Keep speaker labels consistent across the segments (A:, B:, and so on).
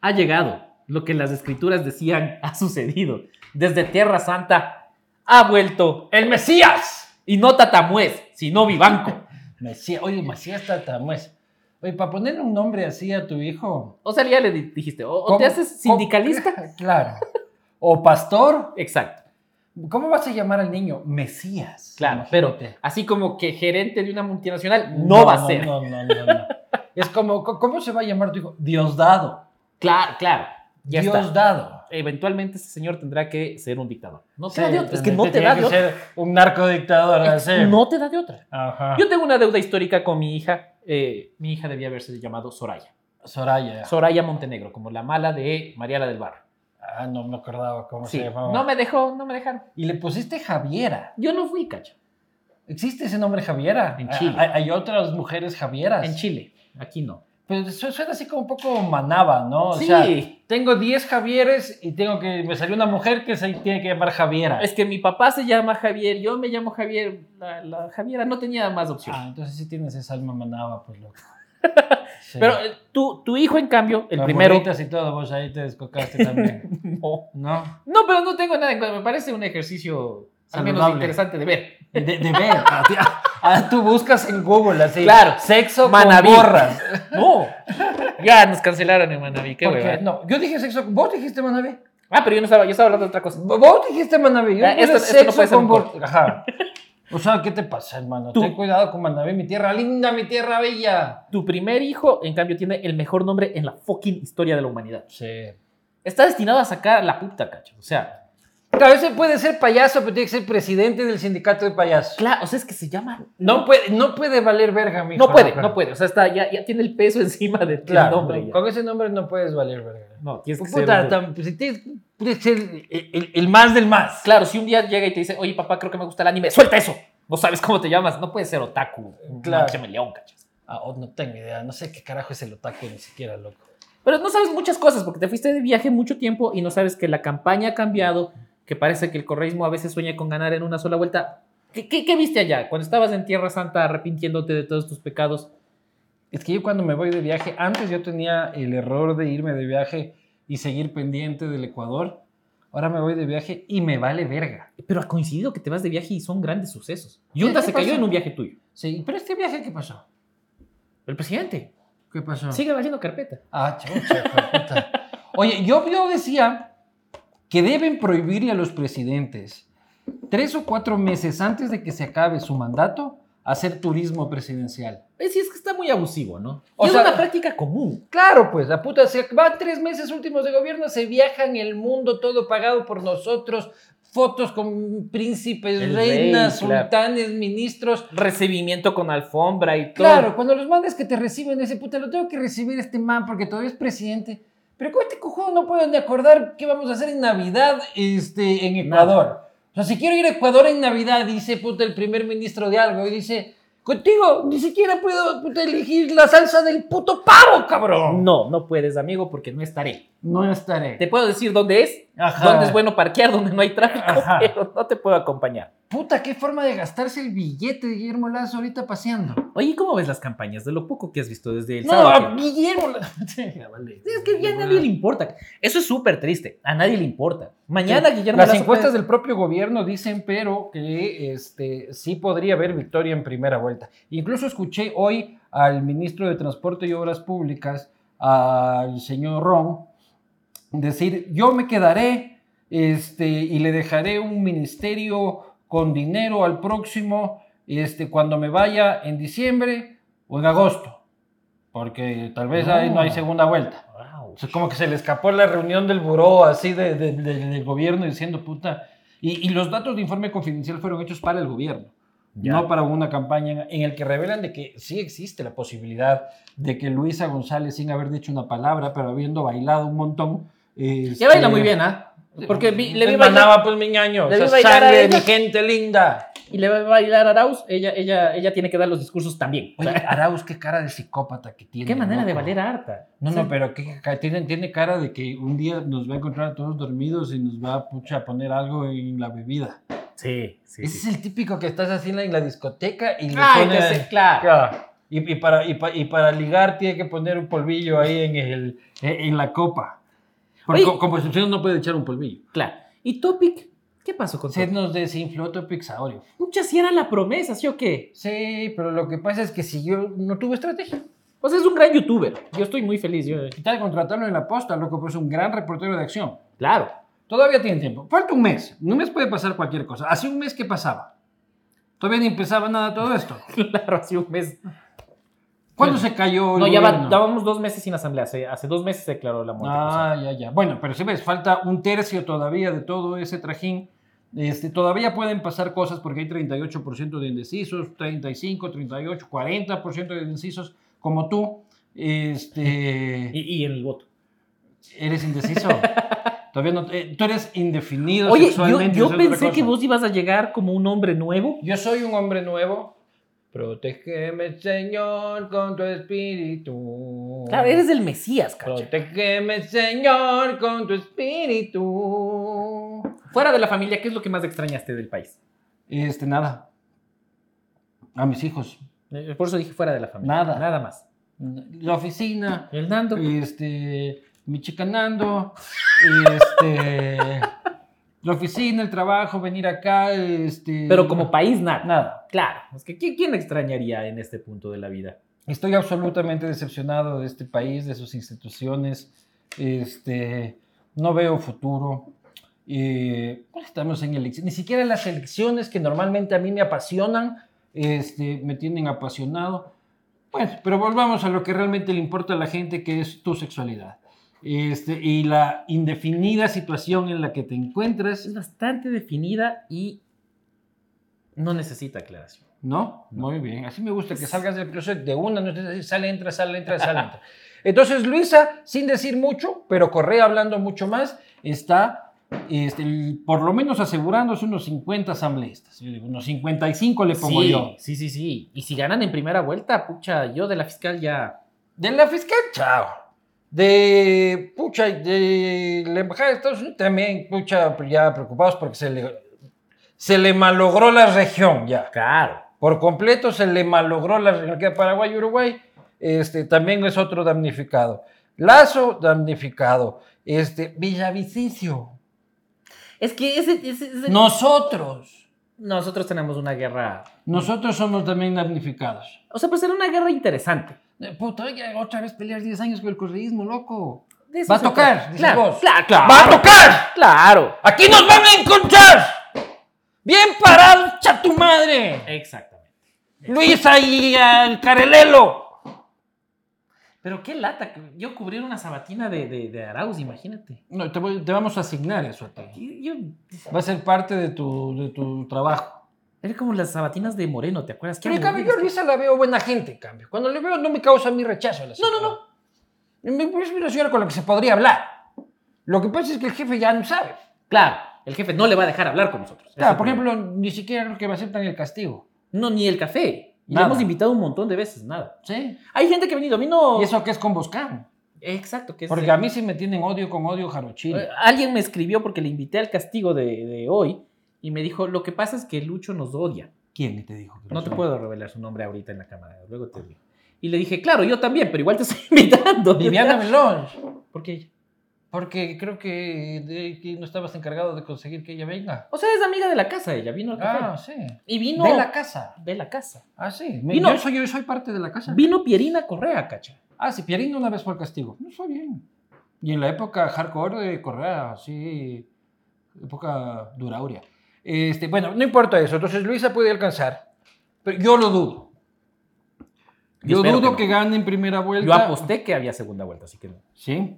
A: ha llegado. Lo que las escrituras decían ha sucedido. Desde Tierra Santa ha vuelto el Mesías. Y no Tatamuez, sino Vivanco.
B: Mesías, oye, Mesías Tatamuez. Oye, para ponerle un nombre así a tu hijo.
A: O sea, ya le di- dijiste, o, o
B: ¿cómo-
A: te haces
B: cómo-
A: sindicalista.
B: Claro. O pastor.
A: Exacto,
B: ¿Cómo vas a llamar al niño? Mesías.
A: claro. Pero
B: Imagínate.
A: así como que gerente de una multinacional no, va a ser.
B: No, no, no, no. Es como, co- ¿cómo se va a llamar tu hijo? Diosdado.
A: Claro, claro. Ya está.
B: Diosdado.
A: Eventualmente ese señor tendrá que ser un dictador. No te
B: Sí,
A: da de otra. Es que no te
B: tenía
A: da
B: que
A: de otra.
B: ser un narcodictador.
A: Es-
B: así.
A: No te da de otra.
B: Ajá.
A: Yo tengo una deuda histórica con mi hija. Eh, mi hija debía haberse llamado Soraya.
B: Soraya.
A: Soraya Montenegro, como la mala de Mariala del Barrio.
B: Ah, no me acordaba cómo
A: Sí.
B: se llamaba.
A: No me dejó, no me dejaron.
B: Y le pusiste Javiera.
A: Yo no fui, cacha.
B: ¿Existe ese nombre Javiera?
A: En Chile.
B: Ah, Hay, hay otras mujeres Javieras.
A: En Chile. Aquí no.
B: Pero su- suena así como un poco manaba, ¿no? O
A: sí.
B: sea, tengo 10 Javieres y tengo que me salió una mujer que se tiene que llamar Javiera.
A: Es que mi papá se llama Javier, yo me llamo Javier, la, la Javiera no tenía más opción.
B: Ah, entonces sí tienes esa alma manaba, pues loco. Sí.
A: Pero eh, tu, tu hijo, en cambio, el
B: Las
A: primero...
B: burritas y todo, vos ahí te descocaste también.
A: No.
B: ¿No?
A: No, pero no tengo nada en contra, me parece un ejercicio al menos
B: Saludable.
A: interesante de ver.
B: De, de ver. Ah, ti- ah, tú buscas en Google así.
A: Claro.
B: Sexo
A: Manabí.
B: con gorras.
A: No, ya nos cancelaron en Manaví, qué
B: ¿Por qué?
A: hueva.
B: No, yo dije sexo. ¿Vos dijiste Manabe?
A: Ah, pero yo no estaba, yo estaba hablando de otra cosa.
B: Vos dijiste Manabe. Yo
A: Ya,
B: dije
A: Ah, esto- esto no
B: sexo
A: puede ser
B: con
A: un
B: gorras. Ajá. O sea, ¿qué te pasa, hermano?
A: Tú.
B: Ten cuidado con Manabe, mi tierra linda, mi tierra bella.
A: Tu primer hijo, en cambio, tiene el mejor nombre en la fucking historia de la humanidad.
B: Sí.
A: Está destinado a sacar la puta, cacho. O sea,
B: Claro, ese puede ser payaso, pero tiene que ser presidente del sindicato de payasos.
A: claro, o sea, es que se llama...
B: No puede, no puede valer verga, mi
A: No puede, no puede. O sea, está, ya, ya tiene el peso encima de- del
B: Claro,
A: nombre.
B: no,
A: ya.
B: con ese nombre no puedes valer verga.
A: No, tienes que ser...
B: Puta,
A: un-
B: tan- si tienes- puedes ser el, el- el más del más.
A: Claro, si un día llega y te dice, oye papá, creo que me gusta el anime, suelta eso. No sabes cómo te llamas, no puedes ser otaku.
B: Claro.
A: Claro. león, cachas.
B: Ah, oh, no tengo idea, no sé qué carajo es el otaku ni siquiera, loco.
A: Pero no sabes muchas cosas porque te fuiste de viaje mucho tiempo y no sabes que la campaña ha cambiado, que parece que el correísmo a veces sueña con ganar en una sola vuelta. ¿Qué, qué- qué viste allá? Cuando estabas en Tierra Santa arrepintiéndote de todos tus pecados.
B: Es que yo cuando me voy de viaje, antes yo tenía el error de irme de viaje y seguir pendiente del Ecuador. Ahora me voy de viaje y me vale verga.
A: Pero ha coincidido que te vas de viaje y son grandes sucesos. Yunda
B: ¿Qué
A: se cayó
B: pasó?
A: en un viaje tuyo.
B: Sí, pero este viaje, ¿qué pasó?
A: El presidente.
B: ¿Qué pasó?
A: Sigue valiendo carpeta.
B: Ah, chucha, hijo de puta. Oye, yo, yo decía que deben prohibirle a los presidentes tres o cuatro meses antes de que se acabe su mandato hacer turismo presidencial.
A: Es, Eh, sí, es que está muy abusivo, ¿no?
B: O
A: Y
B: sea-
A: es una práctica común.
B: Claro, pues, la puta, se va tres meses últimos de gobierno, se viaja en el mundo, todo pagado por nosotros, fotos con príncipes,
A: El rey,
B: reinas,
A: claro.
B: sultanes, ministros.
A: Recibimiento con alfombra y todo.
B: Claro, cuando los mandes que te reciben, ese puta, lo tengo que recibir este man porque todavía es presidente. Pero con este cojudo no puedo ni acordar qué vamos a hacer en Navidad este, en Ecuador. O sea, si quiero ir a Ecuador en Navidad, dice puta el primer ministro de algo, y dice, contigo ni siquiera puedo puta, elegir la salsa del puto pavo, cabrón.
A: No, no puedes, amigo, porque no estaré.
B: No estaré.
A: Te puedo decir dónde es,
B: Ajá.
A: dónde es bueno parquear, dónde no hay tráfico,
B: Ajá.
A: pero no te puedo acompañar.
B: Puta, qué forma de gastarse el billete de Guillermo Lazo ahorita paseando.
A: Oye, ¿y ¿cómo ves las campañas? De lo poco que has visto desde el
B: No, a
A: sábado.
B: Guillermo Lazo. Ya vale.
A: que- Es que ya a nadie le importa. Eso es súper triste. A nadie le importa. Mañana Guillermo
B: Las
A: Lazo
B: encuestas
A: puede-
B: del propio gobierno dicen, pero que este, sí podría haber victoria en primera vuelta. Incluso escuché hoy al ministro de Transporte y Obras Públicas, al señor Ron, decir, yo me quedaré este, y le dejaré un ministerio con dinero al próximo este, cuando me vaya en diciembre o en agosto, porque tal vez ahí no hay
A: No.
B: segunda vuelta.
A: Wow.
B: O sea, como que se le escapó la reunión del buró así de- de- de- del gobierno diciendo puta. Y, y los datos de informe confidencial fueron hechos para el gobierno,
A: Ya.
B: no para una campaña en el que revelan de que sí existe la posibilidad de que Luisa González, sin haber dicho una palabra, pero habiendo bailado un montón. este,
A: Ya baila
B: Eh,
A: muy bien, ¿ah? Porque vi- le vi bailar-
B: Manaba, pues, mi ñaño.
A: le
B: esa
A: vi bailar a
B: sangre de
A: ella.
B: mi gente linda.
A: Y le va a bailar a Arauz, ella, ella, ella tiene que dar los discursos también. O
B: Oye,
A: sea,
B: Arauz, qué cara de psicópata que tiene.
A: qué manera de
B: loco.
A: valer harta.
B: No,
A: Sí.
B: no, pero que, que tiene, tiene cara de que un día nos va a encontrar a todos dormidos y nos va pucha, a poner algo en la bebida.
A: Sí, sí.
B: Ese
A: sí.
B: es el típico que estás haciendo en la discoteca y le
A: Ay,
B: pone-
A: que sí, claro.
B: Claro. Y Y, y para, y, pa- y para ligar tiene que poner un polvillo ahí en, el, en, en la copa. Porque
A: Oye.
B: con- con Concepción no puede echar un polvillo.
A: Claro. ¿Y Topic? ¿Qué pasó con
B: Se
A: Topic?
B: nos desinfló Topic Saurio.
A: Pucha, si era la promesa, ¿sí o qué?
B: Sí, pero lo que pasa es que siguió, no tuvo estrategia.
A: O sea, es un gran youtuber. Yo estoy muy feliz. yo- eh.
B: Y tal, contratarlo en la posta, loco, pues es un gran reportero de acción.
A: Claro.
B: Todavía tiene tiempo. Falta un mes. En un mes puede pasar cualquier cosa. Hace un mes que pasaba. Todavía ni empezaba nada todo esto.
A: Claro, hace un mes.
B: ¿Cuándo se cayó el
A: No, ya va-
B: gobierno?
A: dábamos dos meses sin asamblea. Hace, hace dos meses se declaró la muerte.
B: Ah, ya, ya. Bueno, pero si ves, falta un tercio todavía de todo ese trajín. Este, todavía pueden pasar cosas porque hay 38% de indecisos, 35, 38, 40% de indecisos como tú. Este,
A: Y, y en el voto.
B: eres indeciso. todavía no, eh, tú eres indefinido
A: Oye, yo,
B: sexualmente.
A: yo
B: eso es otra
A: pensé que
B: cosa.
A: vos ibas a llegar como un hombre nuevo.
B: Yo soy un hombre nuevo. Protégeme, Señor, con tu espíritu.
A: Claro, eres el Mesías, cacha.
B: Protégeme, Señor, con tu espíritu.
A: Fuera de la familia, ¿qué es lo que más extrañaste del país?
B: Este, nada. A mis hijos.
A: Eh, Por eso dije fuera de la familia.
B: Nada.
A: Nada más.
B: La oficina.
A: El Nando.
B: Este, mi chicanando. Este, la oficina, el trabajo, venir acá. Este,
A: Pero como país, nada.
B: Nada.
A: Claro. Es que ¿quién, quién extrañaría en este punto de la vida?
B: Estoy absolutamente decepcionado de este país, de sus instituciones. Este, no veo futuro. Eh, pues, estamos en elecciones. Ni siquiera las elecciones que normalmente a mí me apasionan, este, me tienen apasionado. Bueno, pero volvamos a lo que realmente le importa a la gente, que es tu sexualidad. Este, y la indefinida situación en la que te encuentras,
A: Es bastante definida y no necesita aclaración.
B: ¿No? Muy bien. Así me gusta que salgas del closet de una, no estés así, sale, entra, sale, entra, sale, entra. Entonces, Luisa, sin decir mucho, pero Correa hablando mucho más, está este, el- por lo menos asegurándose unos 50 asambleístas. Yo digo, unos 55 le pongo
A: sí,
B: yo.
A: sí, sí, sí. Y si ganan en primera vuelta, pucha, yo de la fiscal ya.
B: De la fiscal, chao. De, pucha, de la embajada de Estados Unidos también, pucha, ya preocupados porque se le, se le malogró la región ya.
A: Claro.
B: Por completo se le malogró la realidad a Paraguay y Uruguay. Este, también es otro damnificado. Lazo, damnificado. Este, Villavicencio.
A: Es que ese. ese- ese-
B: Nosotros.
A: Nosotros tenemos una guerra.
B: Nosotros somos también damnificados.
A: O sea, pues era una guerra interesante.
B: Eh, Puta, oye, otra vez pelear 10 años con el correísmo, loco.
A: De eso
B: Va a
A: se
B: tocar,
A: trata.
B: dices
A: Claro,
B: vos.
A: claro, claro.
B: ¡Va a tocar!
A: Claro.
B: ¡Aquí nos van a encontrar! ¡Bien parado, cha tu madre!
A: Exactamente.
B: Luisa y el Carelelo.
A: Pero qué lata. que- Yo cubrir una sabatina de, de, de Arauz, imagínate.
B: No, te, voy- te vamos a asignar eso a ti.
A: Y- Yo,
B: Va a ser parte de tu, de tu trabajo.
A: era como las sabatinas de Moreno, ¿te acuerdas?
B: Pero en
A: Qué
B: cambio, yo a
A: aburridas.
B: Luisa la veo buena gente, en cambio. Cuando le veo, no me causa mi rechazo.
A: No, no, no.
B: no. Es una señora con la que se podría hablar. Lo que pasa es que el jefe ya no sabe.
A: Claro. El jefe no le va a dejar hablar con nosotros. Ese es
B: Claro,
A: el
B: por
A: problema.
B: ejemplo, ni siquiera creo que me aceptan el castigo.
A: No, ni el café. Y
B: Nada.
A: lo hemos invitado un montón de veces, nada.
B: ¿Sí?
A: Hay gente que ha venido, vino.
B: ¿Y eso qué es con Boscán?
A: Exacto, que es.
B: Porque a mí sí me tienen odio con odio jarochín.
A: Eh, Alguien me escribió porque le invité al castigo de, de hoy y me dijo: Lo que pasa es que Lucho nos odia.
B: ¿Quién te dijo? que
A: No te
B: lo-
A: puedo revelar su nombre ahorita en la cámara, luego te digo. Y le dije: Claro, yo también, pero igual te estoy invitando.
B: Viviana Melón.
A: ¿Por qué ella?
B: Porque creo que, de- que no estabas encargado de conseguir que ella venga.
A: O sea, es amiga de la casa ella, vino al café.
B: Ah, sí.
A: y vino.
B: De la casa.
A: de la casa.
B: Ah, sí.
A: Y no-
B: Yo, soy, yo soy parte de la casa.
A: Vino Pierina Correa, cacha.
B: Ah, sí, Pierino una vez fue al castigo. No fue bien. Y en la época hardcore de Correa, sí, época durauria. Este, bueno, no importa eso. Entonces Luisa puede alcanzar. Pero yo lo dudo.
A: Yo
B: Yo,
A: espero
B: dudo
A: que no.
B: que, gane en primera vuelta.
A: Yo aposté que había segunda vuelta, así que no.
B: Sí.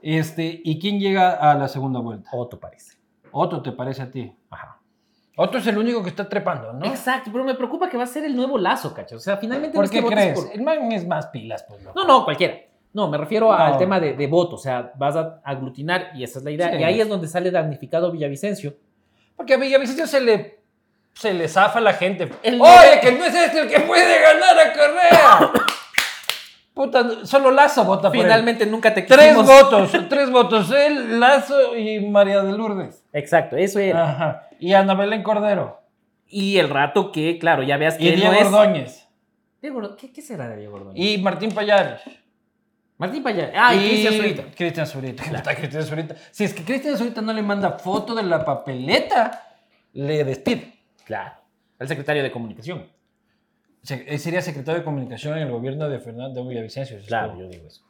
B: Este, ¿Y quién llega a la segunda vuelta?
A: Otto parece.
B: Otto, ¿te parece a ti?
A: Ajá.
B: Otto es el único que está trepando, ¿no?
A: Exacto, pero me preocupa que va a ser el nuevo lazo, cacha. O sea, finalmente no
B: ¿Por
A: es
B: qué
A: que votes
B: crees?
A: por-
B: El man es más pilas, pues. loco.
A: No, no, cualquiera. No, me refiero al
B: No.
A: tema de, de voto. O sea, vas a aglutinar y esa es la idea.
B: Sí.
A: Y ahí es donde sale damnificado Villavicencio.
B: Porque a Villavicencio se le, se le zafa la gente.
A: El-
B: ¡Oye, que no es este el que puede ganar a Correa! Puta, solo Lazo vota por él.
A: Finalmente nunca te
B: Tres
A: quisimos-
B: votos, tres votos. Él, Lazo y María de Lourdes.
A: Exacto, eso
B: Ah.
A: era.
B: Ajá. Y Ana Belén Cordero.
A: Y el rato que, claro, ya veas que
B: Y
A: él
B: Diego
A: no es.
B: Ordóñez.
A: Diego Gordón, ¿qué, qué será de Diego Gordón?
B: Y Martín Payares.
A: Martín Payá. Ah, y, Cristian Zurita.
B: Cristian Zurita.
A: Claro.
B: Puta, Cristian Zurita. Si es que Cristian Zurita no le manda foto de la papeleta, le despide.
A: Claro. El secretario de comunicación.
B: Se- él sería secretario de comunicación en el gobierno de Fernando Villavicencio. si
A: Claro,
B: estuvo.
A: yo digo eso.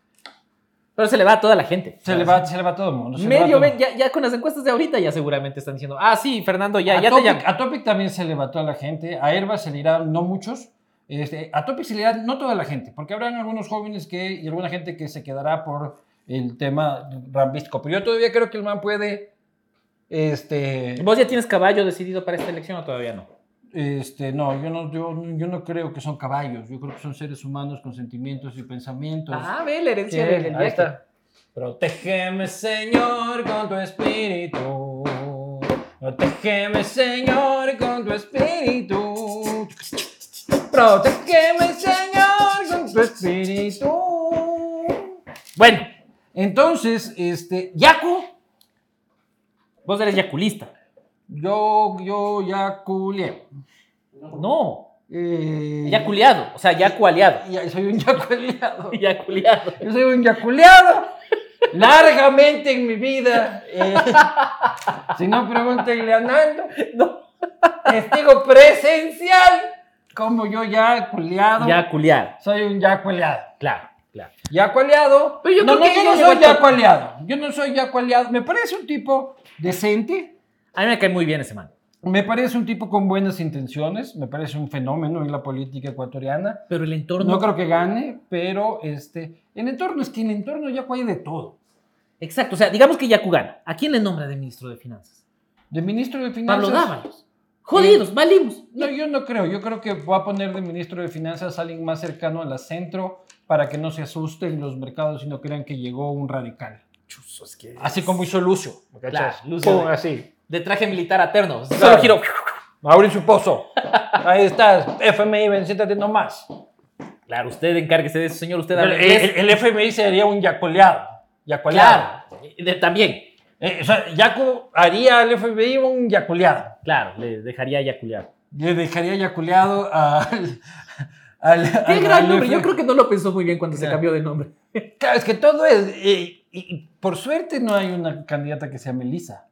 A: Pero se le va a toda la gente.
B: Se le, va, se le va a todo el mundo. se le va a
A: Medio,
B: todo-
A: ven, ya, ya con las encuestas de ahorita ya seguramente están diciendo, ah, sí, Fernando, ya, ya
B: a,
A: te
B: Topic,
A: llamo.
B: a Topic también se le va toda la gente. A Herba se le irá no muchos. Este, a Topic se le irá no toda la gente, porque habrán algunos jóvenes que, y alguna gente que se quedará por el tema rambístico. Pero yo todavía creo que el man puede. Este,
A: ¿Vos ya tienes caballo decidido para esta elección o todavía no?
B: Este, no, yo no, yo, yo no creo que son caballos, yo creo que son seres humanos con sentimientos y pensamientos.
A: Ah, ve la
B: Sí,
A: herencia del del
B: ahí
A: viaje.
B: está. Protégeme, Señor, con tu espíritu. Protégeme, Señor, con tu espíritu. Protégeme, Señor, con tu espíritu.
A: Bueno,
B: Entonces, este, Yaku,
A: vos eres yaculista.
B: yo, yo, Yaculié.
A: No,
B: Eh,
A: yaculeado, o sea, yacualeado.
B: Ya- soy un yaculeado.
A: Yaculeado.
B: Yo soy un yaculeado. Largamente en mi vida. eh, si no, pregúntenle a Nando.
A: No.
B: Testigo presencial. Como yo ya culeado.
A: Yaculeado,
B: Soy un yaculeado.
A: claro, claro.
B: Yacualeado.
A: Pero yo creo
B: no, no,
A: que
B: yo
A: ella
B: no
A: llegó
B: soy
A: a to-
B: yacualeado. Yo no soy yacualeado. Me parece un tipo decente.
A: A mí me cae muy bien ese man.
B: Me parece un tipo con buenas intenciones. Me parece un fenómeno en la política ecuatoriana.
A: Pero el entorno.
B: No creo que gane, pero este, el entorno es que en el entorno ya hay de todo.
A: Exacto, o sea, digamos que Yacu gana. ¿A quién le nombra de ministro de finanzas?
B: De ministro de
A: Pablo
B: Finanzas.
A: Dávalos. Jodidos, valimos.
B: No, yo no creo. Yo creo que voy a poner de ministro de Finanzas a alguien más cercano a la centro para que no se asusten los mercados y no crean que llegó un radical.
A: Chuzos, que-
B: Así como hizo Lucio. ¿me cachas?
A: Claro, Lucio
B: Pum,
A: de-
B: así.
A: De traje militar a terno. Solo
B: Claro.
A: giro.
B: Abrir su pozo. Ahí estás. FMI, ven, siéntate nomás.
A: Claro, usted encárguese de eso, señor. Usted
B: El,
A: habla inglés. Pues,
B: el- el FMI sería un yacoleado. Yacoleado.
A: Claro. De- también.
B: Eh, o sea, Yaco haría al FMI un yacoleado.
A: Claro, le dejaría yaculear.
B: Le dejaría yacoleado al. al
A: Qué
B: al-
A: gran
B: al
A: nombre. Yo
B: FMI.
A: creo que no lo pensó muy bien cuando se
B: Claro.
A: cambió de nombre.
B: Claro, es que todo es. eh, y, y por suerte no hay una candidata que sea Melissa.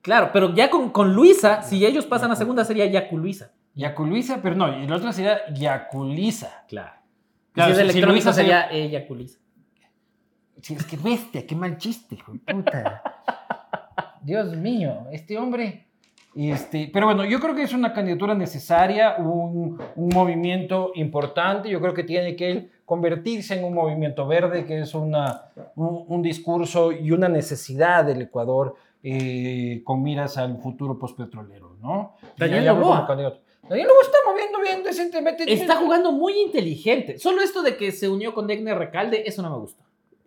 A: Claro, pero ya con, con Luisa, si ellos pasan a segunda, sería Yacu Luisa.
B: Yaculisa, pero no, y la otra sería Yaculisa.
A: Claro.
B: Claro,
A: si es
B: si- si
A: electrónica
B: Luisa
A: sería eh, Yacu Luisa.
B: Sí, es que bestia, qué mal chiste, hijo de puta. Dios mío, este hombre. Este, pero bueno, yo creo que es una candidatura necesaria, un, un movimiento importante. Yo creo que tiene que convertirse en un movimiento verde, que es una, un, un discurso y una necesidad del Ecuador eh, con miras al futuro postpetrolero, ¿no?
A: Daniel
B: Y allá voy
A: Noboa.
B: como candidato. Daniel Noboa está moviendo bien decentemente.
A: Está jugando muy inteligente. Solo esto de que se unió con Degner Recalde, eso no me gusta.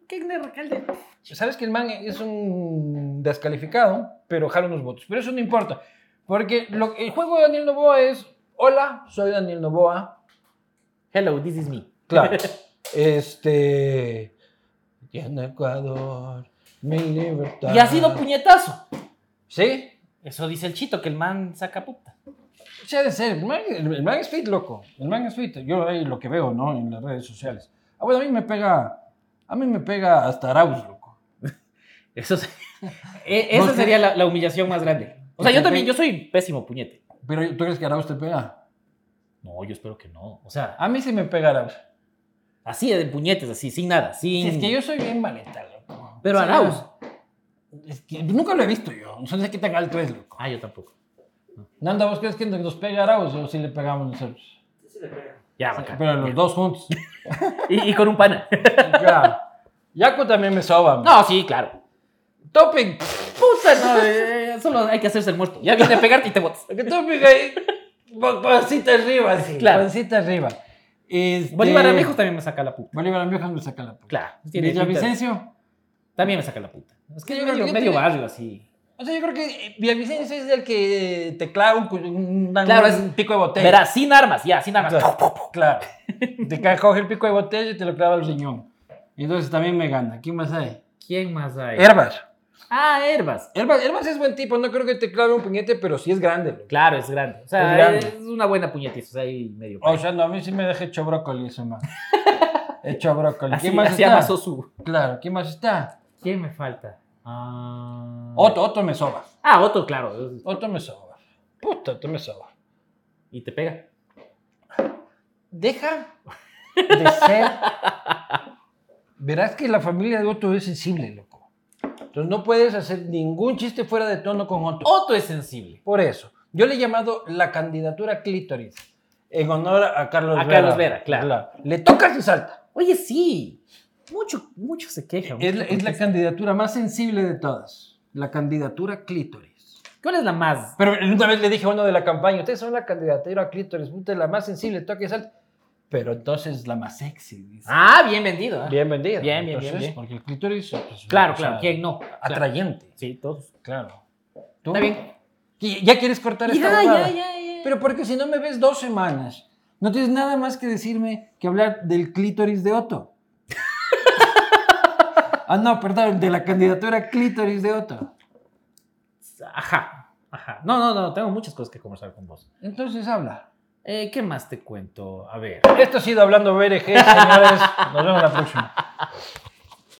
A: ¿Qué Degner Recalde?
B: Sabes que el man es un descalificado, pero jala unos votos. Pero eso no importa. Porque lo- el juego de Daniel Novoa es: Hola, soy Daniel Novoa.
A: Hello, this is me.
B: Claro. este. Y en Ecuador, mi libertad.
A: Y ha sido puñetazo.
B: Sí.
A: Eso dice el chito, que el man saca puta.
B: Sí, ha de ser. El man, el- el man es fit, loco. El man es fit. Yo ahí lo que veo, ¿no? En las redes sociales. Ah, bueno, a mí me pega. A mí me pega hasta Arauz, loco.
A: Eso se- E- esa
B: No sé.
A: sería la, la humillación más grande. O sea, yo también, yo soy pésimo puñete.
B: Pero ¿tú crees que Arauz te pega?
A: No, yo espero que no. O sea,
B: A mí sí me pega Arauz.
A: así de puñetes, así, sin nada, sin...
B: Si es que yo soy bien maleta, loco.
A: Pero
B: O sea,
A: Arauz.
B: Es que nunca lo he visto yo. No sé qué tan alto es, loco.
A: Ah, yo tampoco.
B: Nanda, ¿vos crees que nos pega Arauz o si le pegamos nosotros?
A: Ya, bacán.
B: Pero los dos juntos.
A: Y, y con un pana.
B: claro. Yaco también me soba.
A: No, sí, claro.
B: Topic.
A: Puta, no, eh, solo hay que hacerse el muerto. Ya viene a pegarte y te botas.
B: Que Topic ahí. pa- Pancita arriba, así.
A: Claro.
B: Pancita arriba. Este,
A: Bolívar Amejos también me saca la puta.
B: Bolívar Amigos me saca la puta.
A: Claro. tiene pinta de-
B: Villavicencio.
A: También me saca la puta. Es que
B: Yo
A: yo
B: creo
A: medio,
B: que
A: medio
B: tiene-
A: barrio así.
B: O sea, yo creo que eh, Villavicencio es el que te clava un, cu- un-
A: Claro,
B: un
A: es-
B: pico de botella.
A: Verás, sin armas, ya, sin armas.
B: Claro. claro. Te ca- coge el pico de botella y te lo clava el riñón. Entonces también me gana. ¿Quién más hay?
A: ¿Quién más hay?
B: Herbas.
A: Ah, Herbas.
B: Herbas, Herbas es buen tipo, no creo que te clave un puñete, pero sí es grande. loco.
A: Claro, es grande. O sea, eh,
B: Es
A: es,
B: grande.
A: una buena puñetiza. O sea, ahí medio.
B: O sea, no, a mí sí me deja hecho brócoli eso, man. hecho brócoli.
A: así,
B: ¿Quién más
A: así
B: está?
A: amasó su.
B: Claro, ¿quién más está?
A: ¿Quién me falta? Ah...
B: Otto, Otto me soba.
A: Ah, Otto, claro.
B: Otto me soba. Puta, Otto me soba.
A: Y te pega.
B: Deja de ser. Verás que la familia de Otto es sensible, loco. Entonces no puedes hacer ningún chiste fuera de tono con Otto.
A: Otto es sensible.
B: Por eso, yo le he llamado la candidatura clítoris en honor a Carlos
A: A
B: Vera.
A: Carlos Vera, claro.
B: Le tocas y salta.
A: Oye, sí. Mucho, mucho se queja. mucho
B: Es la, es la
A: contesta.
B: candidatura más sensible de todas. La candidatura clítoris.
A: ¿Cuál es la más?
B: Pero una vez le dije a uno de la campaña, ustedes son la candidatura clítoris, puta, la más sensible, toca y salta. Pero entonces la más sexy, dice.
A: Ah, bien vendido. ¿eh?
B: bien vendida.
A: bien, bien,
B: Entonces,
A: bien.
B: Porque el clítoris... pues,
A: Claro,
B: o sea,
A: claro. ¿Quién no? Claro.
B: Atrayente.
A: Sí, todos.
B: Claro. ¿Tú?
A: Está bien.
B: ¿Y- ¿Ya quieres cortar esta
A: Ya, ya,
B: huevada?
A: ya, ya.
B: Pero porque si no me ves dos semanas, no tienes nada más que decirme que hablar del clítoris de Otto. ah, no, perdón, de la candidatura clítoris de Otto.
A: Ajá. Ajá. No, no, no. Tengo muchas cosas que conversar con vos.
B: Entonces habla.
A: Eh, ¿Qué más te cuento? A ver.
B: Esto ha sido Hablando BRG, señores. Nos vemos la próxima.